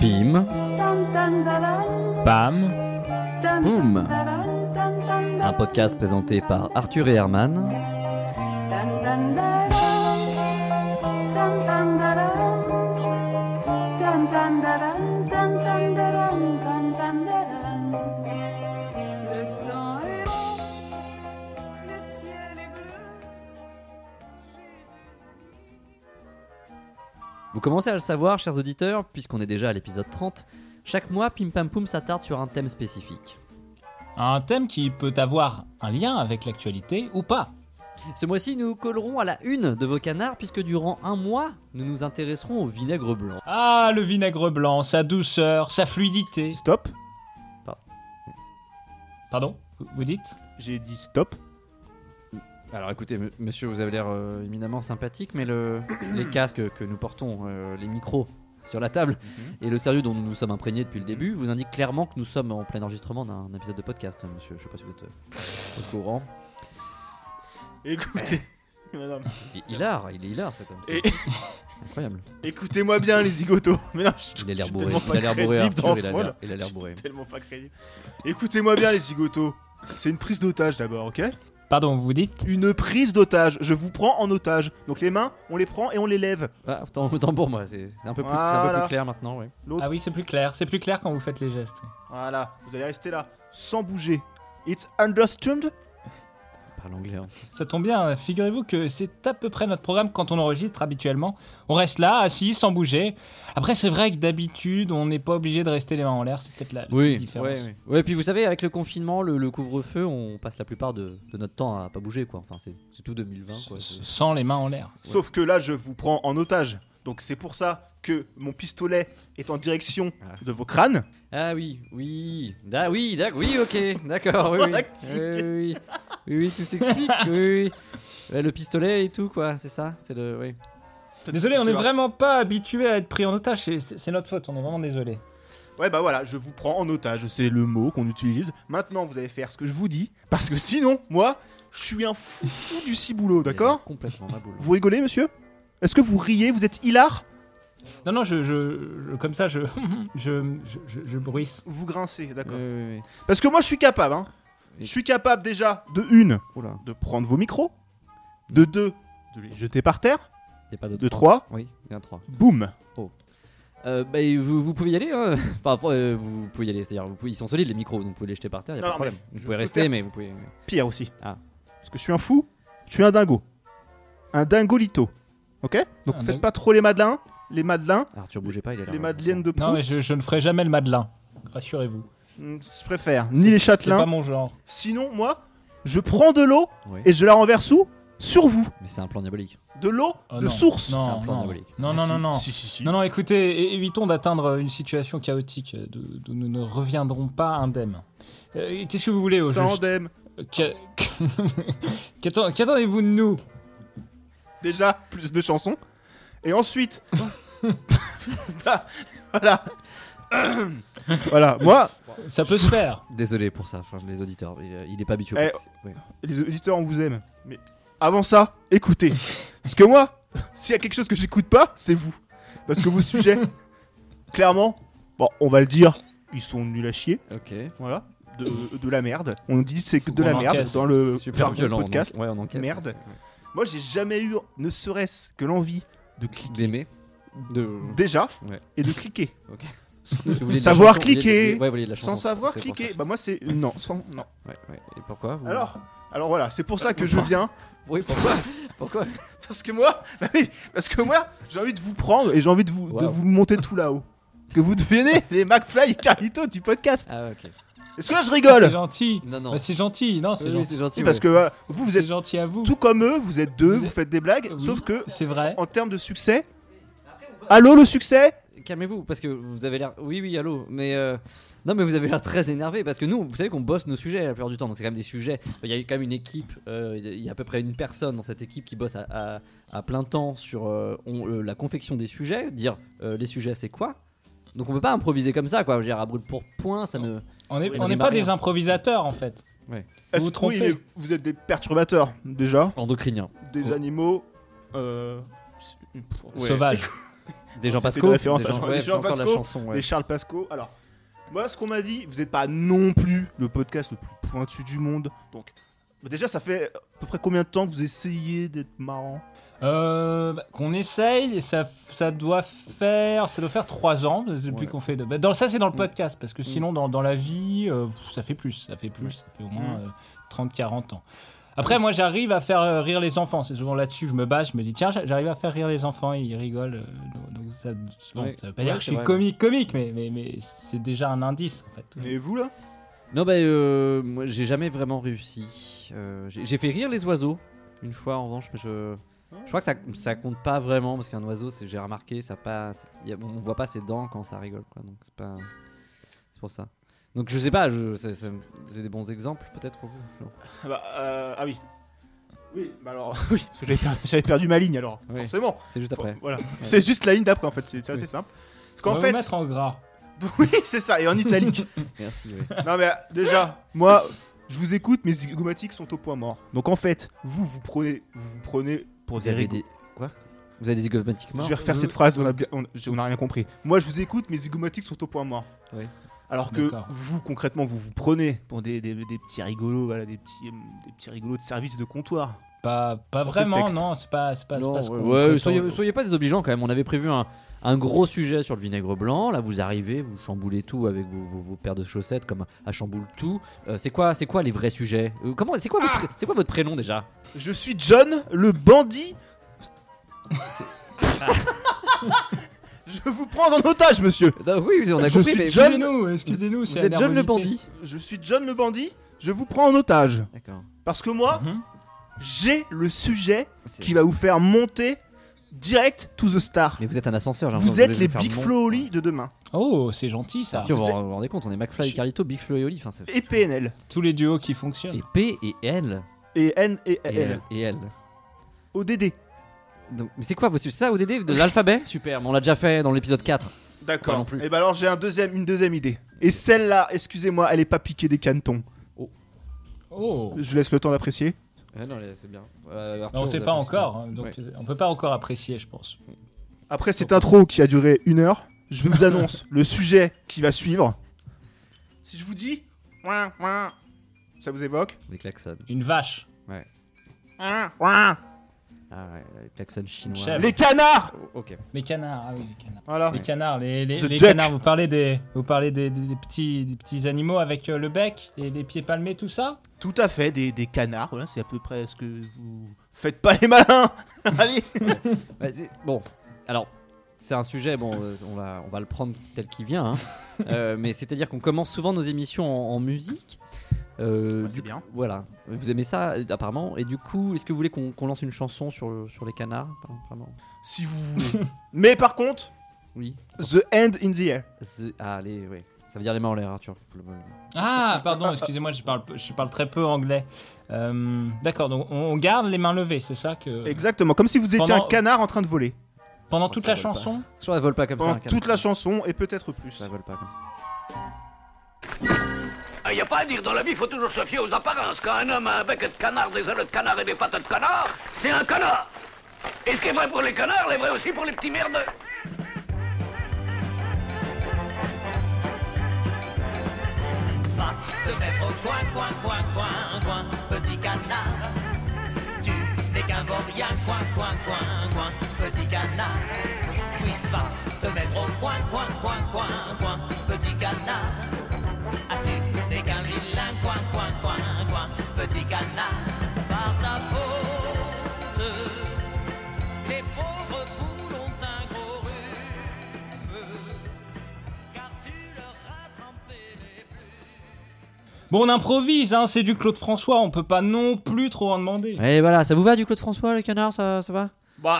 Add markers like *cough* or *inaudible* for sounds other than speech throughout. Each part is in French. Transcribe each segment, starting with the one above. Pim, pam, boum. Un podcast présenté par Arthur et Herman. Le temps est haut, le ciel est Vous commencez à le savoir, chers auditeurs, puisqu'on est déjà à l'épisode 30. Chaque mois, Pim Pam Poum s'attarde sur un thème spécifique. Un thème qui peut avoir un lien avec l'actualité ou pas. Ce mois-ci, nous collerons à la une de vos canards, puisque durant un mois, nous nous intéresserons au vinaigre blanc. Ah, le vinaigre blanc, sa douceur, sa fluidité. Stop. Pardon vous- Vous dites J'ai dit stop. Alors écoutez, m- monsieur, vous avez l'air euh, éminemment sympathique, mais *coughs* le, les casques que nous portons, euh, les micros sur la table et le sérieux dont nous nous sommes imprégnés depuis le début vous indiquent clairement que nous sommes en plein enregistrement d'un épisode de podcast, hein, monsieur. Je sais pas si vous êtes euh, au courant. *laughs* Écoutez, madame. Il est hilar, il est hilar cet homme. c'est Et- *laughs* *laughs* Incroyable. Écoutez-moi bien, les zigotos. Mais non, Il je, a je l'air suis bourré. tellement pas Il a l'air bourré, Arthur. crédible dans Il a ce l'air- rôle. il a Je l'air suis *laughs* bourré. Tellement pas crédible. Écoutez-moi bien, les zigotos. C'est une prise d'otage d'abord, ok Pardon, vous dites Une prise d'otage. Je vous prends en otage. Donc les mains, on les prend et on les lève. Ah, autant, *laughs* autant pour moi, c'est c'est un, peu plus- c'est un peu Voilà. plus clair maintenant, ouais. L'autre, Ah oui, c'est plus clair. C'est plus clair quand vous faites les gestes. voilà. Vous allez rester là, sans bouger. It's understood Par l'anglais. hein. Ça tombe bien, figurez-vous que c'est à peu près notre programme quand on enregistre habituellement. On reste là, assis, sans bouger. Après, c'est vrai que d'habitude, on n'est pas obligé de rester les mains en l'air. C'est peut-être la, la Oui, petite différence. ouais, ouais. Ouais, puis vous savez, avec le confinement, le, le couvre-feu, on passe la plupart de, de notre temps à pas bouger, quoi. Enfin, c'est c'est tout 2020, quoi. S- C'est- Sans les mains en l'air. Sauf que là, je vous prends en otage. Donc c'est pour ça que mon pistolet est en direction Ah. de vos crânes. Ah oui, oui, ah oui, d'ac- oui, ok, d'accord, oui, oui, Activité. oui, oui, oui, oui, tout s'explique, oui, oui, Ouais, le pistolet et tout, quoi, c'est ça, c'est le, oui. Désolé, on Tu n'est vas- vraiment pas habitué à être pris en otage. c'est- C'est c'est notre faute, on est vraiment désolé. Ouais, bah voilà, je vous prends en otage, c'est le mot qu'on utilise. Maintenant, vous allez faire ce que je vous dis, parce que sinon, moi, je suis un fou fou *laughs* du ciboulot, d'accord Complètement ma boule. Vous rigolez, monsieur Est-ce que vous riez Vous êtes hilar Non, non, je, je, je- comme ça, je, *laughs* je, je, je- je bruisse. Vous grincez, d'accord Oui, oui, oui. Parce que moi, je suis capable, hein. Et- Je suis capable déjà, de une, Oula, de prendre vos micros, de deux, de les jeter par terre, y a pas d'autre. de trois, Oui, il y en a trois. boum Euh, bah, et vous, vous pouvez y aller, hein. *laughs* enfin, euh, vous pouvez y aller, c'est-à-dire, vous pouvez- ils sont solides les micros, donc vous pouvez les jeter par terre, y a pas Non, de mais problème. Vous je pouvez peux rester, faire- mais vous pouvez. Pire aussi. Ah. Parce que je suis un fou, je suis un dingo. Un dingolito. Ok Donc Un faites dingo. pas trop les madelins, les madelins, Arthur, bougez pas, il est là. les madeleines de Proust. Non, mais je, je ne ferai jamais le Madeleine. Rassurez-vous. Mm, Je préfère. Ni les C'est pas châtelains. mon genre. Sinon, moi, je prends de l'eau Oui. et je la renverse où Sur vous. Mais c'est un plan diabolique. De l'eau Oh, de non. source. C'est un Non, plan non, diabolique. non, non, Ah, Si, non, non. Si, si, si. Non, non, écoutez, é- évitons d'atteindre une situation chaotique euh, d'où d'où nous ne reviendrons pas indemnes. Euh, Qu'est-ce que vous voulez au juste Tandem. Qu'a- *laughs* Qu'attend- Qu'attendez-vous de nous Déjà, plus de chansons. *laughs* Et ensuite. Bah, voilà. *coughs* voilà, moi, Ça peut se faire. Désolé pour ça, enfin, les auditeurs, il, euh, il est pas habitué. Eh, les auditeurs, on vous aime. Mais avant ça, écoutez. Parce que moi, s'il y a quelque chose que j'écoute pas, c'est vous. Parce que *laughs* vos sujets, clairement, bon, on va le dire, ils sont nuls à chier. Ok. Voilà. De, de la merde. On dit c'est que Faut de qu'on la merde encaisse. dans le Super jargon violent. on euh, podcast. enca- Ouais, on encaisse. Merde. ouais, c'est- Moi, j'ai jamais eu, ne serait-ce que l'envie de ouais. cliquer. D'aimer. De. Déjà, Ouais. et de cliquer. Vous voulez de la chanson, Savoir vous voulez de- cliquer. ouais, vous voulez de la chanson, Sans savoir c'est pour cliquer. Bah, moi, c'est. Non, sans. Non. ça. Ouais, ouais. Et pourquoi vous- Alors, alors voilà, c'est pour ça que je viens. Oui, pourquoi *laughs* Pourquoi Parce que moi, *laughs* bah oui, parce que moi, j'ai envie de vous prendre et j'ai envie de vous, de Waouh. vous monter tout là-haut. Que vous devenez les McFly et Carlito du podcast. Ah, ok. Est-ce que là, je C'est rigole gentil. Non, non. Bah, C'est gentil. Non, c'est Oui, oui, gentil. c'est gentil. Oui, Parce ouais. que voilà, vous, vous C'est êtes gentil à vous. tout comme eux, vous êtes deux, Vous vous êtes- faites des blagues, Oui, sauf que C'est vrai. en termes de succès. Allô le succès Calmez-vous, parce que vous avez l'air. Oui, oui, allô. Mais. euh, Non, mais vous avez l'air très énervé, parce que nous, vous savez qu'on bosse nos sujets la plupart du temps, donc c'est quand même des sujets. Il y a quand même une équipe, euh, il y a à peu près une personne dans cette équipe qui bosse à, à- à plein temps sur euh, on- euh, la confection des sujets, dire euh, les sujets c'est quoi. Donc on peut pas improviser comme ça, quoi. Je veux dire, à brûle pour point, ça ne. On Oui, est- on on est n'est pas mariés. des improvisateurs en fait. Est-ce vous que- oui, trompez. mais vous êtes des perturbateurs déjà, Endocrinien. des Oh. animaux euh, Sauvages. Des gens C'était Pasco une référence des à Jean- ouais, des c'est Jean encore la Pasco, chanson. ouais. Les Charles Pasco. Alors, moi, ce qu'on m'a dit, vous n'êtes pas non plus le podcast le plus pointu du monde. Donc, déjà, ça fait à peu près combien de temps que vous essayez d'être marrant Euh, bah, qu'on essaye, et ça, ça doit faire, ça doit faire trois ans depuis Ouais. qu'on fait. de- bah, dans ça, c'est dans le podcast parce que Mm. sinon, dans, dans la vie, euh, pff, ça fait plus, ça fait plus, ça fait au moins Mm. 30-40 ans. Après, moi, j'arrive à faire euh, rire les enfants. C'est souvent là-dessus, je me bats, je me dis tiens, j'a- j'arrive à faire rire les enfants, et ils rigolent. euh, donc- donc ça, bon, Ouais. ça veut pas Ouais, dire que je c'est suis vrai. comique, comique, mais, mais, mais c'est déjà un indice en fait. Et vous, là Non, bah, euh, moi, j'ai jamais vraiment réussi. Euh, j'ai j'ai fait rire les oiseaux, une fois en revanche, mais je. Je crois que ça, ça compte pas vraiment parce qu'un oiseau, c'est- j'ai remarqué, ça passe. y a- on voit pas ses dents quand ça rigole, quoi. Donc c'est pas, c'est pour ça. Donc je sais pas, je- c'est c'est- c'est des bons exemples peut-être pour vous. Flo. Ah bah, euh, Ah oui. Oui, bah alors, *laughs* oui, parce que j'avais perdu, j'avais perdu ma ligne alors, Oui. forcément. C'est juste après. Voilà. C'est juste la ligne d'après en fait, c'est c'est assez Oui. simple. Parce On qu'en va fait, vous mettre en gras. *laughs* oui, c'est ça, et en italique. Merci. oui. non mais euh, déjà, moi, je vous écoute, mes zygomatiques sont au point mort. Donc en fait, vous, vous prenez, vous, vous prenez pour Vous des avez rigolos. des quoi Vous avez des zygomatiques morts Je vais refaire cette phrase, on a, bien- on, je- on a rien compris. Moi, je vous écoute, mes zygomatiques sont au point mort. Oui. Alors que D'accord. vous, concrètement, vous vous prenez pour des, des- des petits rigolos, voilà, des, petits, euh, des petits rigolos de service de comptoir. Pas, pas le vraiment, texte. non, c'est pas, c'est pas, c'est Non, pas ce qu'on ouais, ouais, prétend. soyez, soyez pas désobligeants quand même. On avait prévu un, un gros sujet sur le vinaigre blanc. Là, vous arrivez, vous chamboulez tout avec vos, vos- vos paires de chaussettes, comme à chamboule tout. Euh, c'est quoi, c'est quoi les vrais sujets Euh, Comment, c'est quoi, votre Ah pré- c'est quoi votre prénom déjà Je suis John, *laughs* le bandit. je vous prends en otage, monsieur. Non, Oui, on a Je compris. suis mais- John- Excusez-nous, excusez-nous, Vous c'est êtes la John le nervosité. bandit. Je suis John, le bandit. Je vous prends en otage. D'accord. Parce que moi, Mhm. j'ai le sujet C'est- qui va vous faire monter direct to the star. Mais vous êtes un ascenseur. j'ai l'impression Vous que êtes voulez les me faire Big mon- Flo Oli de demain. Oh, c'est gentil ça. Tu vois, Vous vous êtes- vous rendez compte, on est McFly et Je- Carlito, Big Flo et Oli. Enfin, ça fait- Et PNL. Tous les duos qui fonctionnent. Et P et L. Et N et Et L. L. Et L. ODD. Donc, mais c'est quoi vos sujets Ça, ODD De l'alphabet Super, mais on l'a déjà fait dans l'épisode 4. Pas non D'accord. plus. Et bah alors j'ai un deuxième, une deuxième idée. Et celle-là, excusez-moi, elle est pas piquée des cantons. Oh. Je vous laisse le temps d'apprécier. Ah non, c'est bien. Euh, Non, on sait pas encore, hein, donc on peut pas encore apprécier, je pense. Après cette intro qui a duré une heure, je vous annonce le sujet qui va suivre. Si je vous dis, ouin, ouin, ça vous évoque Les klaxons. Une vache. Ouin, ouin. Ah ouais, les klaxons chinois. Chèvre. Les canards. Oh, Ok. Les canards, ah oui, les canards. Voilà. Les canards, les, les- The les duck. canards. Vous parlez des, vous parlez des, des- des petits, des petits animaux avec euh, le bec et les pieds palmés, tout ça. Tout à fait, des, des canards. Voilà, c'est à peu près ce que vous faites pas *laughs* les malins. Allez. Ouais, c'est- bon, alors, c'est un sujet, bon, euh, on va, on va le prendre tel qu'il vient, hein. Euh, mais c'est-à-dire qu'on commence souvent nos émissions en, en musique. Euh, Ouais, du c'est coup- bien. Voilà, vous aimez ça euh, apparemment, et du coup, est-ce que vous voulez qu'on qu'on lance une chanson sur, le- sur les canards apparemment Si vous. voulez. *laughs* Mais par contre, Oui. the end in the air. The- Ah, allez, ouais. Ça veut dire les mains en l'air, Arthur. Faut le- Ah, pardon, excusez-moi, je parle, peu- je parle très peu anglais. Euh, D'accord, donc on, on garde les mains levées, c'est ça Euh. que. Exactement, comme si vous étiez Pendant- un canard en train de voler. Pendant Je crois toute que ça la vole pas. chanson. Je crois qu'elles volent pas comme ça. Pendant un canard. toute la chanson et peut-être plus. Ça vole pas comme ça. Ah, y a pas à dire dans la vie, faut toujours se fier aux apparences. Quand un homme a un bec de canard, des ailes de canard et des pattes de canard, c'est un canard. Et ce qui est vrai pour les canards, l'est vrai aussi pour les petits merdeux. Va te mettre au coin, coin, coin, coin, coin, petit canard. Tu n'es qu'un vaurien, coin, coin, coin, coin, petit canard. Oui, va te mettre au coin, coin, coin, coin, coin, petit canard. Ah, tu n'es qu'un vilain, coin, coin, coin, coin, petit canard. Par ta faute, les pauvres poules ont un gros rhume. Car tu leur as trempé les plumes. Bon, on improvise, hein, c'est du Claude François, on peut pas non plus trop en demander. Et voilà, ça vous va du Claude François, les canards Ça, ça va Bah,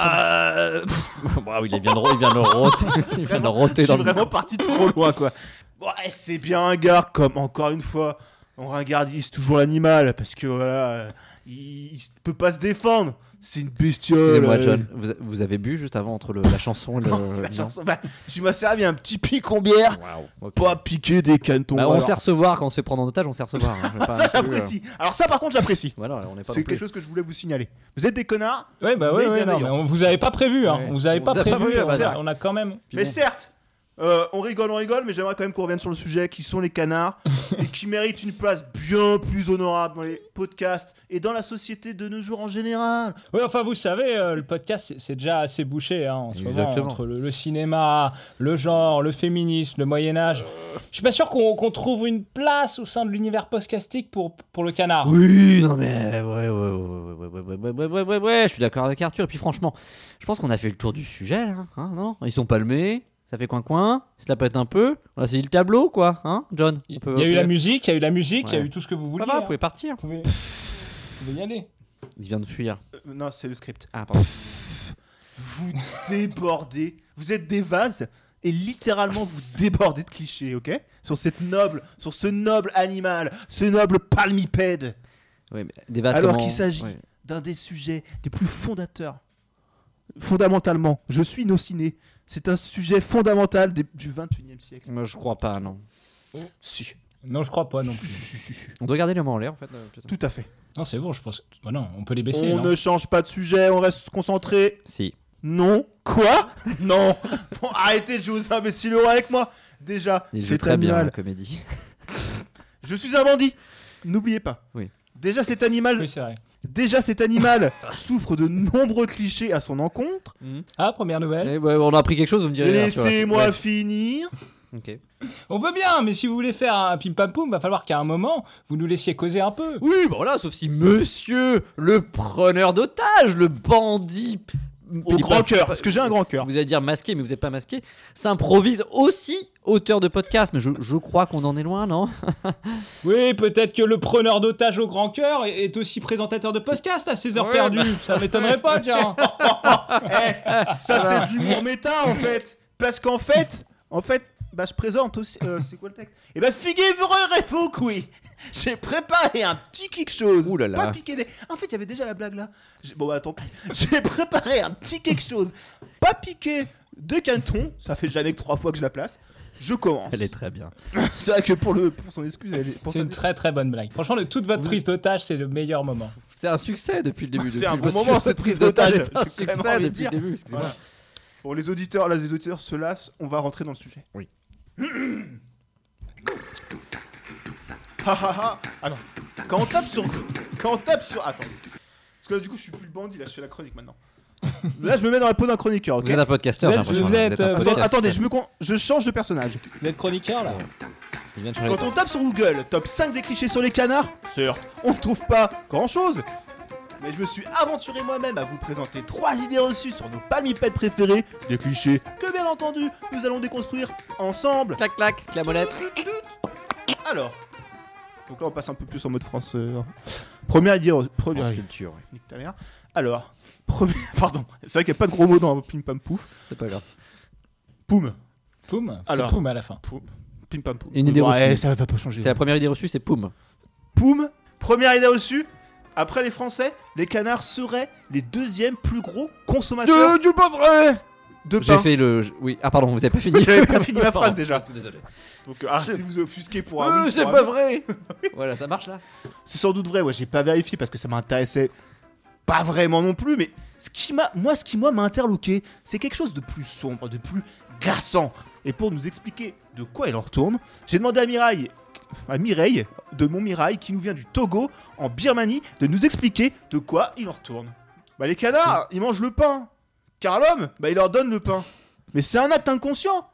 euh, pff, Bah oui, il vient de, il vient de le rôter. *laughs* il vient de le rôter je dans suis le vraiment parti trop loin, quoi. *laughs* Ouais, c'est bien un gars, comme encore une fois, on ringardise toujours l'animal, parce que voilà, euh, il, il peut pas se défendre. C'est une bestiole. Excusez-moi, euh, John, vous, vous avez bu juste avant entre le- la chanson et le. *laughs* la non. chanson. *laughs* Bah, tu m'as servi un petit pic en bière. Ok. Pas piquer des canetons. Bah, on alors. sait recevoir quand on se fait prendre en otage, on sait recevoir. hein. Je vais pas *laughs* Ça, non plus, euh, j'apprécie. Alors, ça, par contre, j'apprécie. Voilà, on n'est pas. C'est non plus- quelque chose que je voulais vous signaler. Vous êtes des connards, Ouais, bah ouais, Mais ouais, non, bienveillant. mais on vous avait pas prévu, hein. Ouais. On vous avait On pas vous a pas prévu, prévu, on, bah, a- d'accord. on a quand même. Puis mais bon. certes, euh, on rigole, on rigole, mais j'aimerais quand même qu'on revienne sur le sujet qui sont *laughs* les canards et qui méritent une place bien plus honorable dans les podcasts et dans la société de nos jours en général. Oui, enfin, vous savez, euh, le podcast, c'est- c'est déjà assez bouché hein, en ce Exactement. moment. Entre le, le cinéma, le genre, le féminisme, le Moyen-Âge. Euh. Je suis pas sûr qu'on qu'on trouve une place au sein de l'univers podcastique pour, pour le canard. Oui, non mais ouais, ouais, ouais, ouais, ouais, ouais, ouais, ouais, ouais, ouais, ouais, je suis d'accord avec Arthur. Et puis franchement, je pense qu'on a fait le tour du sujet, là, hein, non Ils sont palmés, ça fait coin-coin, ils se la pètent un peu. On a saisi le tableau, quoi, hein, John Il On peut- y a eu ok. la musique, il y a eu la musique, il y a Ouais. eu tout ce que vous Ça vouliez. va, hein. vous pouvez partir. Vous pouvez- vous pouvez y aller. Il vient de fuir. Euh, non, c'est le script. Ah, pardon. *laughs* Vous débordez. Vous êtes des vases et littéralement vous débordez de clichés, ok Sur cette noble, sur ce noble animal, ce noble palmipède. Ouais, mais des vases Alors comment- qu'il s'agit ouais. d'un des sujets les plus fondateurs. Fondamentalement, je suis nociné. C'est un sujet fondamental des- du 21e siècle. Moi, je crois pas, non. Si. Non, je crois pas Ah non Si, plus. si, si, si. On doit garder les mains en l'air, en fait. euh, putain. Tout à fait. Non, c'est bon, je pense. Bah non, on peut les baisser. on non ne change pas de sujet, on reste concentré. Si. Non. *laughs* Quoi Non. Bon, arrêtez de jouer aux imbéciles heureux avec moi. Déjà, Il joue c'est très très bien la *laughs* mal. comédie. Je suis un bandit. N'oubliez pas. Oui. Déjà cet animal, Oui, c'est vrai. déjà cet animal *laughs* souffre de nombreux clichés à son encontre. Ah, première nouvelle. Eh, ouais, on a appris quelque chose, vous me direz. hein, Arthur, là. Laissez-moi Ouais, finir. ok. On veut bien, mais si vous voulez faire un pim pam poum, va falloir qu'à un moment, vous nous laissiez causer un peu. Oui, bon là, sauf si monsieur, le preneur d'otage, le bandit. Au Il est grand pas- cœur, parce que j'ai un grand cœur. Vous allez dire masqué, mais vous n'êtes pas masqué. S'improvise aussi auteur de podcast, mais je, je crois qu'on en est loin, non Oui, peut-être que le preneur d'otage au grand cœur est est aussi présentateur de podcast à ses heures Ouais, perdues. Ça m'étonnerait pas, tiens. Eh, ça c'est de l'humour méta en fait Parce qu'en fait, en fait, bah je présente aussi... euh, c'est quoi le texte Eh ben figurez-vous que oui J'ai préparé un petit quelque chose Ouh là là. Pas piqué des... En fait, il y avait déjà la blague là J'ai- Bon bah tant pis J'ai préparé un petit quelque chose Pas piqué de canton Ça fait jamais que trois fois que je la place je commence. *laughs* Elle est très bien. C'est vrai que pour, le, pour son excuse, elle est- pour C'est son- une très très bonne blague. Franchement, le, toute votre prise d'otage, c'est le meilleur moment. C'est un succès depuis le début. C'est depuis un le- bon parce que *laughs* moment, cette prise d'otage, est un j'ai quand même succès envie depuis de le dire. début. excusez-moi. Voilà. Bon, les auditeurs, là, les auditeurs se lassent, on va rentrer dans le sujet. Oui. Ha, ha, ha. Attends. Quand on tape sur. Quand on tape sur. Attends. Parce que là, du coup, je suis plus le bandit, là, je fais la chronique maintenant. Là, je me mets dans la peau d'un chroniqueur, ok Vous êtes un podcasteur, Vous j'ai êtes- l'impression. vous là. êtes, un euh, vous Attends, podcasteur. attendez, je me con- je change de personnage. Vous êtes chroniqueur là Il vient de changer. Quand on tape sur Google, top 5 des clichés sur les canards, certes, on ne trouve pas grand chose. Mais je me suis aventuré moi-même à vous présenter trois idées reçues sur nos palmipèdes préférés, des clichés que bien entendu nous allons déconstruire ensemble. Clac, clac, clamolette. Alors, donc là on passe un peu plus en mode France. euh, Première idée, re- première idée. culture. ouais. Nique ta mère. Alors, *laughs* premier, pardon, c'est vrai qu'il n'y a pas de gros mots dans Pim Pam Pouf. C'est pas grave. Poum, Poum C'est Alors. poum à la fin. Poum, Pim Pam Pouf. Une idée ouais, reçue. ça va pas changer. C'est la première idée reçue, c'est poum. Poum, première idée reçue. Après les Français, les canards seraient les deuxièmes plus gros consommateurs du pas vrai de pain. J'ai fait le. Oui, ah pardon, vous avez pas fini. *laughs* J'avais pas fini ma phrase Pardon. déjà. Désolé. Donc euh, arrêtez de vous offusquer pour un. Euh, oui, c'est pour un pas non. vrai Voilà, ça marche là C'est sans doute vrai. Ouais, j'ai pas vérifié parce que ça m'intéressait pas vraiment non plus. Mais ce qui m'a, moi, ce qui moi m'a interloqué, c'est quelque chose de plus sombre, de plus glaçant. Et pour nous expliquer de quoi il en retourne, j'ai demandé à Mireille, à Mireille de Montmirail, qui nous vient du Togo, en Birmanie, de nous expliquer de quoi il en retourne. Bah les canards, ils mangent le pain. Car l'homme, bah il leur donne le pain. Mais c'est un acte inconscient.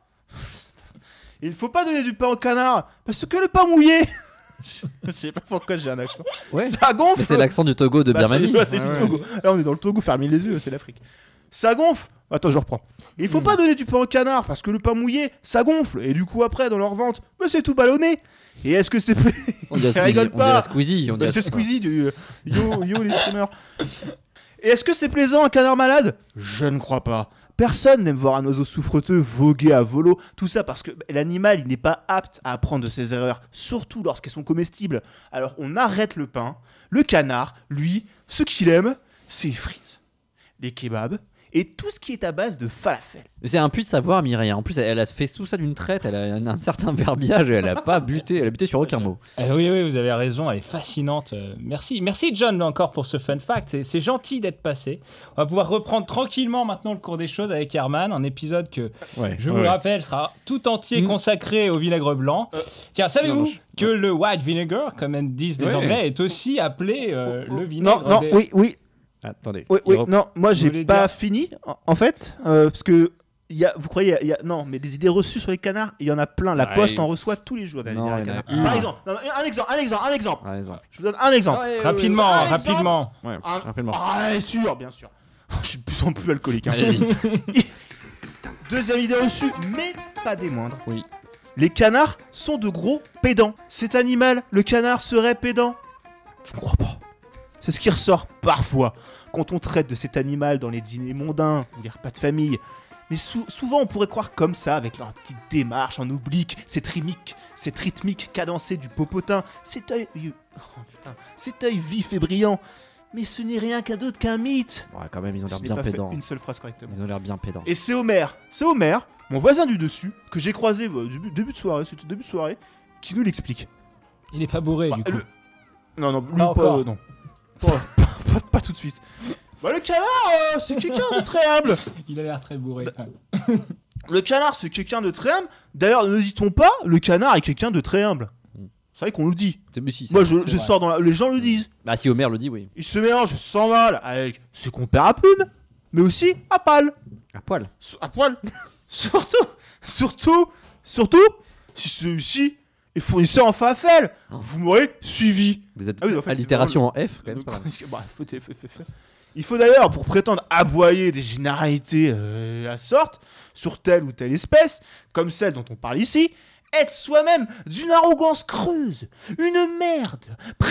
Il ne faut pas donner du pain aux canards, parce que le pain mouillé. *laughs* Je sais pas pourquoi j'ai un accent. Ouais. Ça gonfle. Mais c'est *laughs* l'accent du Togo de Bah, Birmanie. c'est- ouais, *laughs* c'est Ouais, du ouais. Togo. Là, on est dans le Togo, fermez les yeux, c'est l'Afrique. Ça gonfle. Attends, je reprends. Il Hmm. faut pas donner du pain au canard parce que le pain mouillé, ça gonfle. Et du coup, après, dans leur vente, mais c'est tout ballonné. Et est-ce que c'est. On dirait Ça Squeezie. rigole On dirait pas. Squeezie. on dirait- c'est Squeezie du. euh, Yo, yo, les streamers. Et est-ce que c'est plaisant un canard malade Je ne crois pas. Personne n'aime voir un oiseau souffreteux voguer à volo, tout ça parce que bah, l'animal il n'est pas apte à apprendre de ses erreurs, surtout lorsqu'elles sont comestibles. Alors on arrête le pain, le canard, lui, ce qu'il aime, c'est les frites, les kebabs et tout ce qui est à base de falafel. C'est un puits de savoir, Mireille. En plus, elle, elle a fait tout ça d'une traite. Elle a un, un certain verbiage et elle a *laughs* pas buté. Elle a buté sur aucun mot. Eh oui, oui, vous avez raison, elle est fascinante. Euh, Merci, merci John encore pour ce fun fact. C'est- C'est gentil d'être passé. On va pouvoir reprendre tranquillement maintenant le cours des choses avec Herman, un épisode que Ouais. je vous le rappelle sera tout entier Mm. consacré au vinaigre blanc. Euh, Tiens, non, savez-vous je- que le white vinegar, comme même disent les Ouais. Anglais, est aussi appelé euh, le Non, vinaigre non, des- oui, oui, Attendez. Oui, Il oui, rep- non, moi j'ai voulez pas dire fini en, en fait, euh, parce que il y a, vous croyez, il y a, non, mais des idées reçues sur les canards, il y en a plein. La Ouais, Poste il- en reçoit tous les jours. des Non, idées à la il y en a canard. une. Par exemple, non, non, un exemple, un exemple, un exemple. Ah, raison. Je vous donne un exemple. Rapidement, Ah, exemple. rapidement. Ouais, Ah, rapidement. Ah, ouais, sûr, bien sûr. *laughs* Je suis de plus en plus alcoolique. hein. *laughs* Deuxième idée reçue, mais pas des moindres. Oui. Les canards sont de gros pédants. Cet animal, le canard, serait pédant. Je ne crois pas. C'est ce qui ressort parfois quand on traite de cet animal dans les dîners mondains ou les repas de famille. Mais sou- souvent, on pourrait croire comme ça, avec leur petite démarche en oblique, cette rythmique, cette rythmique cadencée du popotin, cet œil, oh, putain, cet œil vif et brillant. Mais ce n'est rien qu'un d'autre qu'un mythe. Ouais, quand même, ils ont l'air Je n'ai bien pas fait pédants. une seule phrase correctement. Ils ont l'air bien pédants. Et c'est Homer, c'est Homer, mon voisin du dessus, que j'ai croisé au début, début de soirée, c'était début de soirée, qui nous l'explique. Il est pas bourré Bah, du coup. le- Non, non, lui, Pas pas, encore. euh, non. Pas, pas- pas- pas tout de suite. Bah, le canard, euh, c'est quelqu'un de très humble. Il a l'air très bourré. Enfin, *laughs* Le canard, c'est quelqu'un de très humble. D'ailleurs, ne dit-on pas, le canard est quelqu'un de très humble. Mm. C'est vrai qu'on le dit. C'est- mais si, c'est- Moi, je, c'est je vrai. sors dans la... Les gens le disent. Bah, si Homer le dit, oui. Il se mélange sans mal avec ses compères à plumes, mais aussi à pâle. À poil. Sur- à poil. *laughs* surtout, surtout, surtout, si celui-ci est fournisseur en falafel, Oh. vous m'aurez suivi. Vous êtes Ah oui, en fait, allitération en F, quand même. Donc, c'est pas mal. *laughs* bah, faut- faut- faut- faut- Il faut d'ailleurs, pour prétendre aboyer des généralités euh, à sorte sur telle ou telle espèce, comme celle dont on parle ici, être soi-même d'une arrogance creuse, une merde,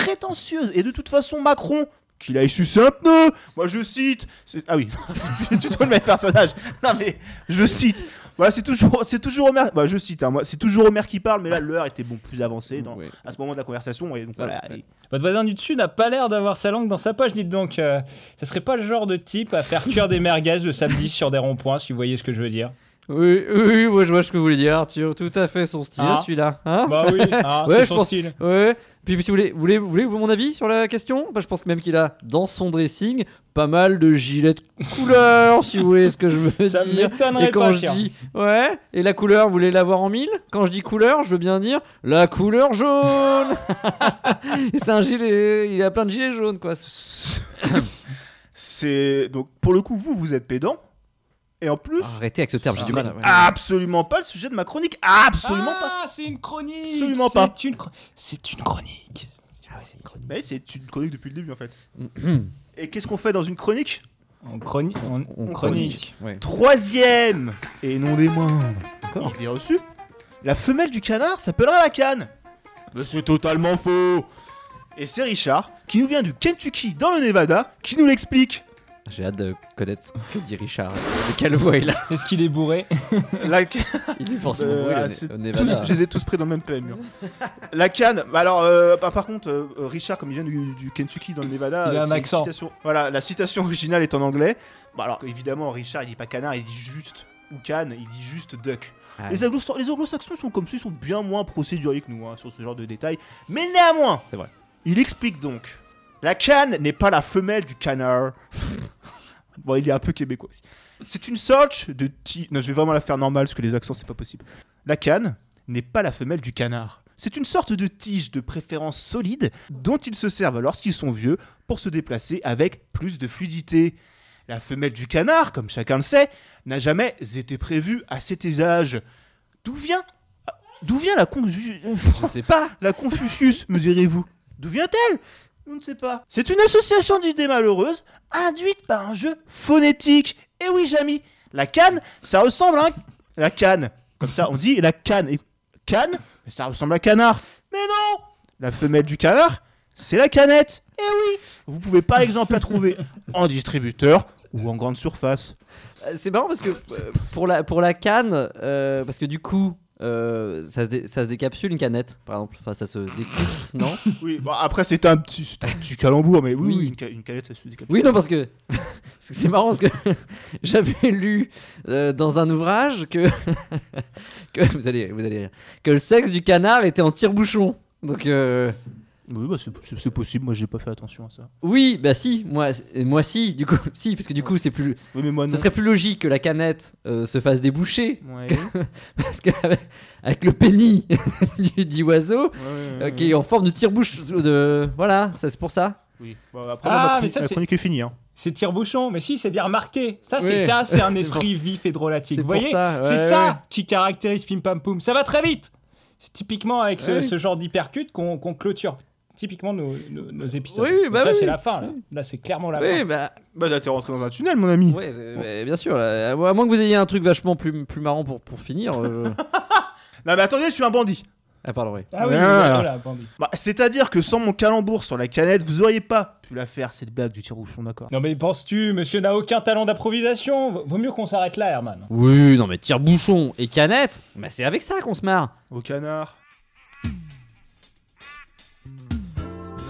prétentieuse, et de toute façon Macron, qu'il a su un pneu, moi je cite, c'est- ah oui, *laughs* c'est plutôt le même personnage, non mais je cite, voilà c'est toujours, c'est toujours Homer, bah, je cite, hein, moi c'est toujours Homer qui parle, mais là l'heure était bon plus avancée dans, Ouais. à ce moment de la conversation, et donc voilà, Ouais. et- Votre voisin du dessus n'a pas l'air d'avoir sa langue dans sa poche, dites donc. euh, ça serait pas le genre de type à faire cuire des merguez le samedi sur des ronds-points, si vous voyez ce que je veux dire. Oui, oui, oui, moi, je vois ce que vous voulez dire, Arthur. Tout à fait son style, Ah. celui-là. Hein Bah oui, hein, Ouais, c'est je son pense- style. Ouais. Puis si vous voulez, vous voulez, vous voulez mon avis sur la question bah, Je pense même qu'il a dans son dressing pas mal de gilets de couleur, si vous voulez ce que je veux Ça dire. m'étonnerait Et quand pas, je tiens. dis ouais, et la couleur, vous voulez l'avoir en mille Quand je dis couleur, je veux bien dire la couleur jaune. *laughs* Et c'est un gilet, il a plein de gilets jaunes quoi. C'est donc pour le coup vous vous êtes pédant et en plus Ah, Arrêtez avec ce terme, Ah, j'ai du mal. Ah. à- ouais. absolument pas le sujet de ma chronique, absolument pas. Ah, c'est une chronique Absolument pas. C'est une, chro- c'est une chronique. Mais Bah c'est une chronique depuis le début *clears throat* en fait. Mhm. Et qu'est-ce qu'on fait dans une chronique On chronique. on- On chronique. Ouais. Troisième et non des moindres. D'accord. Je l'ai reçu. La femelle du canard s'appellera la canne. Mais c'est totalement faux. Et c'est Richard qui nous vient du Kentucky dans le Nevada qui nous l'explique. *laughs* J'ai hâte de connaître ce que dit Richard. De quelle voix il a Est-ce qu'il est bourré La Il est forcément Euh, bourré, ah, le c'est ne- au Tous, Nevada. je les ai tous pris dans le même PMU. La canne, bah alors, euh, bah, par contre, euh, euh, Richard, comme il vient du, du Kentucky dans le Nevada, Il a euh, un c'est une accent. citation- voilà, la citation originale est en anglais. Bah alors, évidemment, Richard, il dit pas canard, il dit juste ou canne, il dit juste duck. Ah, Les, anglo- les anglo-saxons sont comme ça, ils sont bien moins procéduriers que nous hein, sur ce genre de détails. Mais néanmoins, C'est vrai. Il explique donc la canne n'est pas la femelle du canard. *laughs* bon, il est un peu québécois aussi. C'est une sorte de ti. Non, je vais vraiment la faire normale parce que les accents, c'est pas possible. La canne n'est pas la femelle du canard. C'est une sorte de tige de préférence solide dont ils se servent lorsqu'ils sont vieux pour se déplacer avec plus de fluidité. La femelle du canard, comme chacun le sait, n'a jamais été prévue à cet usage. D'où vient, d'où vient la conju- Je sais pas. la Confucius, me direz-vous. D'où vient-elle On ne sait pas. C'est une association d'idées malheureuses induite par un jeu phonétique. Et oui, Jamy, la canne, ça ressemble à un... *laughs* la canne. Comme ça, on dit la canne. Et canne, mais ça ressemble à canard. Mais non La femelle du Eh canard, c'est la canette. Et oui Vous pouvez par exemple la trouver en distributeur ou en grande surface. Euh, C'est marrant parce que euh, pour la, pour la canne, euh, parce que du coup, euh, ça, se dé- ça se décapsule une canette, par exemple. Enfin, ça se déclipse, non Oui, bah, après, c'est un petit, c'est un petit calembour, mais oui, Oui. oui, une, ca- une canette, ça se décapsule. Oui, non, parce que *laughs* parce que c'est marrant parce que *laughs* j'avais lu euh, dans un ouvrage que, *laughs* que vous allez, vous allez rire, que le sexe du canard était en tire-bouchon. Donc euh, Oui, bah, c'est- c'est c'est possible, moi j'ai pas fait attention à ça. oui, bah si, moi, moi si, du coup, *laughs* si, parce que du coup, c'est plus, Oui, mais moi non. ce serait plus logique que la canette euh, se fasse déboucher, Ouais, *laughs* parce qu'avec avec le pénis *laughs* du, du oiseau ouais, ouais, euh, ouais. qui est en forme de tire-bouche, euh, de voilà, ça c'est pour ça. Oui. Bon, bah, après, Ah, la chronique- mais ça, la c'est- chronique est finie. Hein. C'est tire-bouchon, mais si, c'est bien remarqué. Ça, c'est Oui. ça, c'est un C'est pour- esprit vif et drôlatique. C'est Vous pour voyez ça. C'est ouais, ça qui caractérise Pim Pam Poum. Ça va très vite. C'est typiquement avec ce, Ouais. ce genre d'hypercute qu'on qu'on clôture. Typiquement nos, nos- nos épisodes. Oui, Donc bah là, oui. c'est la fin. Là, Là, c'est clairement la ouais. fin. Oui, bah, Bah, là, t'es rentré dans un tunnel, mon ami. Ouais, euh, bah, bien sûr. là. À moins que vous ayez un truc vachement plus, plus marrant pour, pour finir. euh. *laughs* Non, mais attendez, je suis un bandit. ah, pardon, oui. Ah oui, Ah, voilà, là. voilà, bandit. Bah, c'est-à-dire que sans mon calembour sur la canette, vous auriez pas pu la faire, cette blague du tire-bouchon, d'accord Non, mais penses-tu, monsieur n'a aucun talent d'improvisation Vaut- Vaut mieux qu'on s'arrête là, Herman. Oui, non, mais tire-bouchon et canette, bah, c'est avec ça qu'on se marre. Au canard.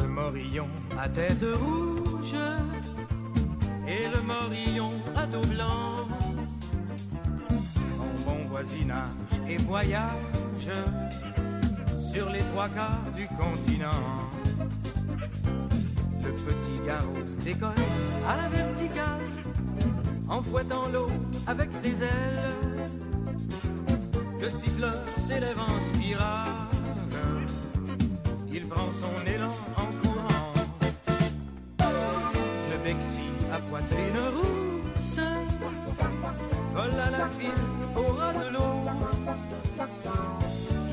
Le morillon à tête rouge et le morillon à dos blanc. En bon voisinage et voyage sur les trois quarts du continent. Le petit garrot décolle à la verticale en fouettant l'eau avec ses ailes. Le siffleur s'élève en spirale. Il prend son élan en courant. Le Bexy à poitrine rousse vole à la file au ras de l'eau.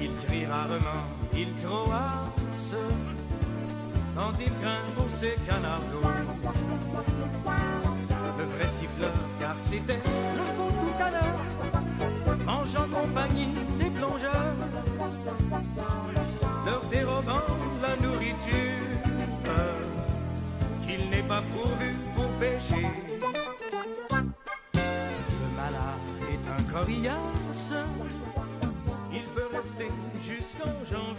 Il crie rarement, il croasse quand il grimpe pour ses canardos. Le vrai siffleur, car c'était le faux tout à l'heure, mange en compagnie des plongeurs leur dérobant la nourriture qu'il n'est pas pourvu pour pêcher. Le malade est un coriace, il peut rester jusqu'en janvier.